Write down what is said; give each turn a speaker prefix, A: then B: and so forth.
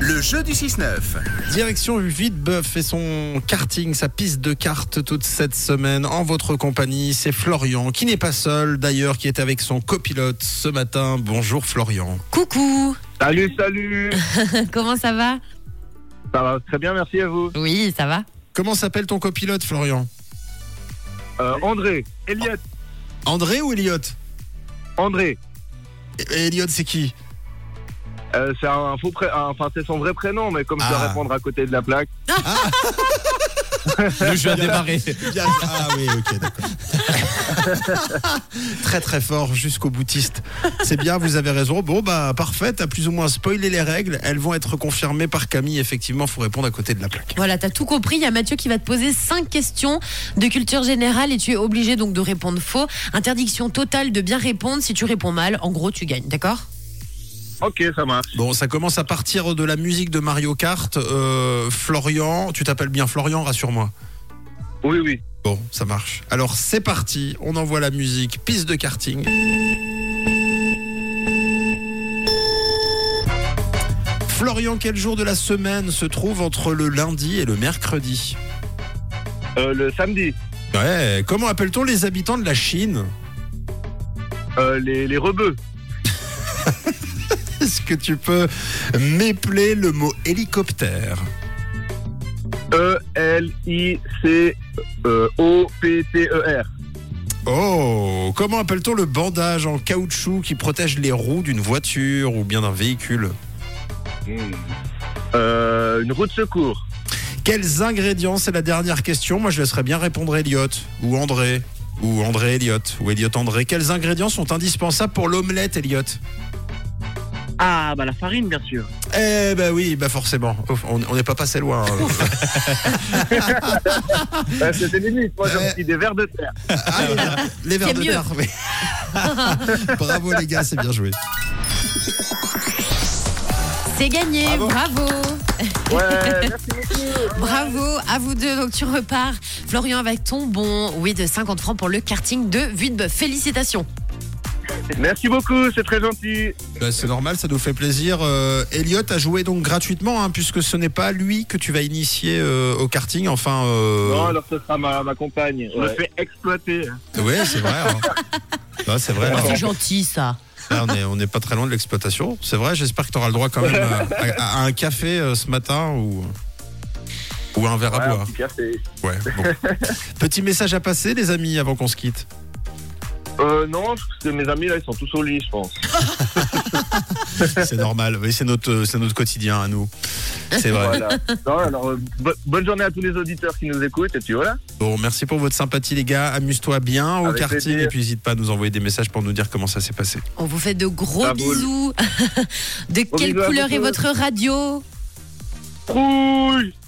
A: Le jeu du 6-9.
B: Direction Videbœuf et son karting, sa piste de cartes toute cette semaine en votre compagnie. C'est Florian qui n'est pas seul d'ailleurs, qui est avec son copilote ce matin. Bonjour Florian.
C: Coucou,
D: Salut, salut
C: comment ça va
D: Ça va très bien, merci à vous.
C: Oui, ça va.
B: Comment s'appelle ton copilote Florian
D: Euh, André, Elliot,
B: André ou Elliot
D: André,
B: Et Elliot c'est qui
D: euh, c'est un faux pré- un- enfin c'est son vrai prénom, mais comme je
B: Ah.
D: dois répondre à côté de la plaque,
E: Le jeu a démarré.
B: Bien- Ah oui, ok, d'accord. très très fort jusqu'au boutiste. C'est bien, vous avez raison. Bon, bah parfait, t'as plus ou moins spoilé les règles. Elles vont être confirmées par Camille. Effectivement, faut répondre à côté de la plaque.
C: Voilà, t'as tout compris. Il y a Mathieu qui va te poser cinq questions de culture générale et tu es obligé donc de répondre faux. Interdiction totale de bien répondre. Si tu réponds mal, en gros, tu gagnes, d'accord
D: ok, ça marche.
B: Bon, ça commence à partir de la musique de Mario Kart. Euh, Florian, tu t'appelles bien Florian, rassure-moi.
D: Oui, oui.
B: Bon, ça marche. Alors c'est parti, on envoie la musique, piste de karting. Florian, quel jour de la semaine se trouve entre le lundi et le mercredi
D: Euh, le samedi,
B: Ouais, comment appelle-t-on les habitants de la Chine
D: euh, les, les rebeux,
B: Est-ce que tu peux m'épeler le mot hélicoptère
D: E E-L-I-C-O-P-T-E-R,
B: Oh, comment appelle-t-on le bandage en caoutchouc qui protège les roues d'une voiture ou bien d'un véhicule
D: Hmm. Euh, une roue de secours,
B: Quels ingrédients C'est la dernière question. Moi, je laisserais bien répondre Elliot ou André ou André Elliot ou Elliot André. Quels ingrédients sont indispensables pour l'omelette, Elliot
F: Ah, bah la farine, bien sûr.
B: Eh ben oui, bah forcément. On on n'est pas passé loin. hein.
D: Ouais, c'était limite, moi j'ai
B: Ouais.
D: un petit des vers de terre.
B: Ah, les vers- les vers
C: C'est
B: de
C: mieux.
B: terre, oui. Bravo les gars, c'est bien joué.
C: C'est gagné, bravo. bravo
D: Ouais, merci beaucoup
C: à vous deux. Donc tu repars, Florian, avec ton bon, oui, de 50 francs pour le karting de Vuitbeuf. Félicitations.
D: Merci beaucoup, c'est très gentil.
B: Bah, c'est normal, ça nous fait plaisir. Euh, Elliot a joué donc gratuitement, hein, puisque ce n'est pas lui que tu vas initier euh, au karting. Enfin, euh,
D: Non, Oh, alors ce sera ma, ma compagne. Je me fais exploiter.
B: ouais, c'est vrai. hein. Non, c'est vrai.
C: Ah,
D: Oh.
B: hein.
C: C'est gentil, ça.
B: Là, on est- on n'est pas très loin de l'exploitation. C'est vrai, j'espère que tu auras le droit quand même à, à- à un café euh, ce matin ou, ou un verre
D: Ouais,
B: à
D: un
B: boire.
D: petit café.
B: Ouais, bon. Petit message à passer, les amis, avant qu'on se quitte.
D: Euh, non, parce que mes amis là, ils sont tous au lit, je pense.
B: C'est normal, oui, c'est notre, euh, c'est notre quotidien à nous. C'est vrai.
D: Voilà. Non, alors, euh, bo- bonne journée à tous les auditeurs qui nous écoutent. Et puis voilà.
B: Bon, merci pour votre sympathie, les gars. Amuse-toi bien au
D: Avec
B: karting
D: plaisir.
B: et puis n'hésite pas à nous envoyer des messages pour nous dire comment ça s'est passé.
C: On vous fait de gros
D: Ça boule.
C: bisous. de quelle
D: bisous à vous
C: couleur est
D: tous.
C: votre radio
D: Rouge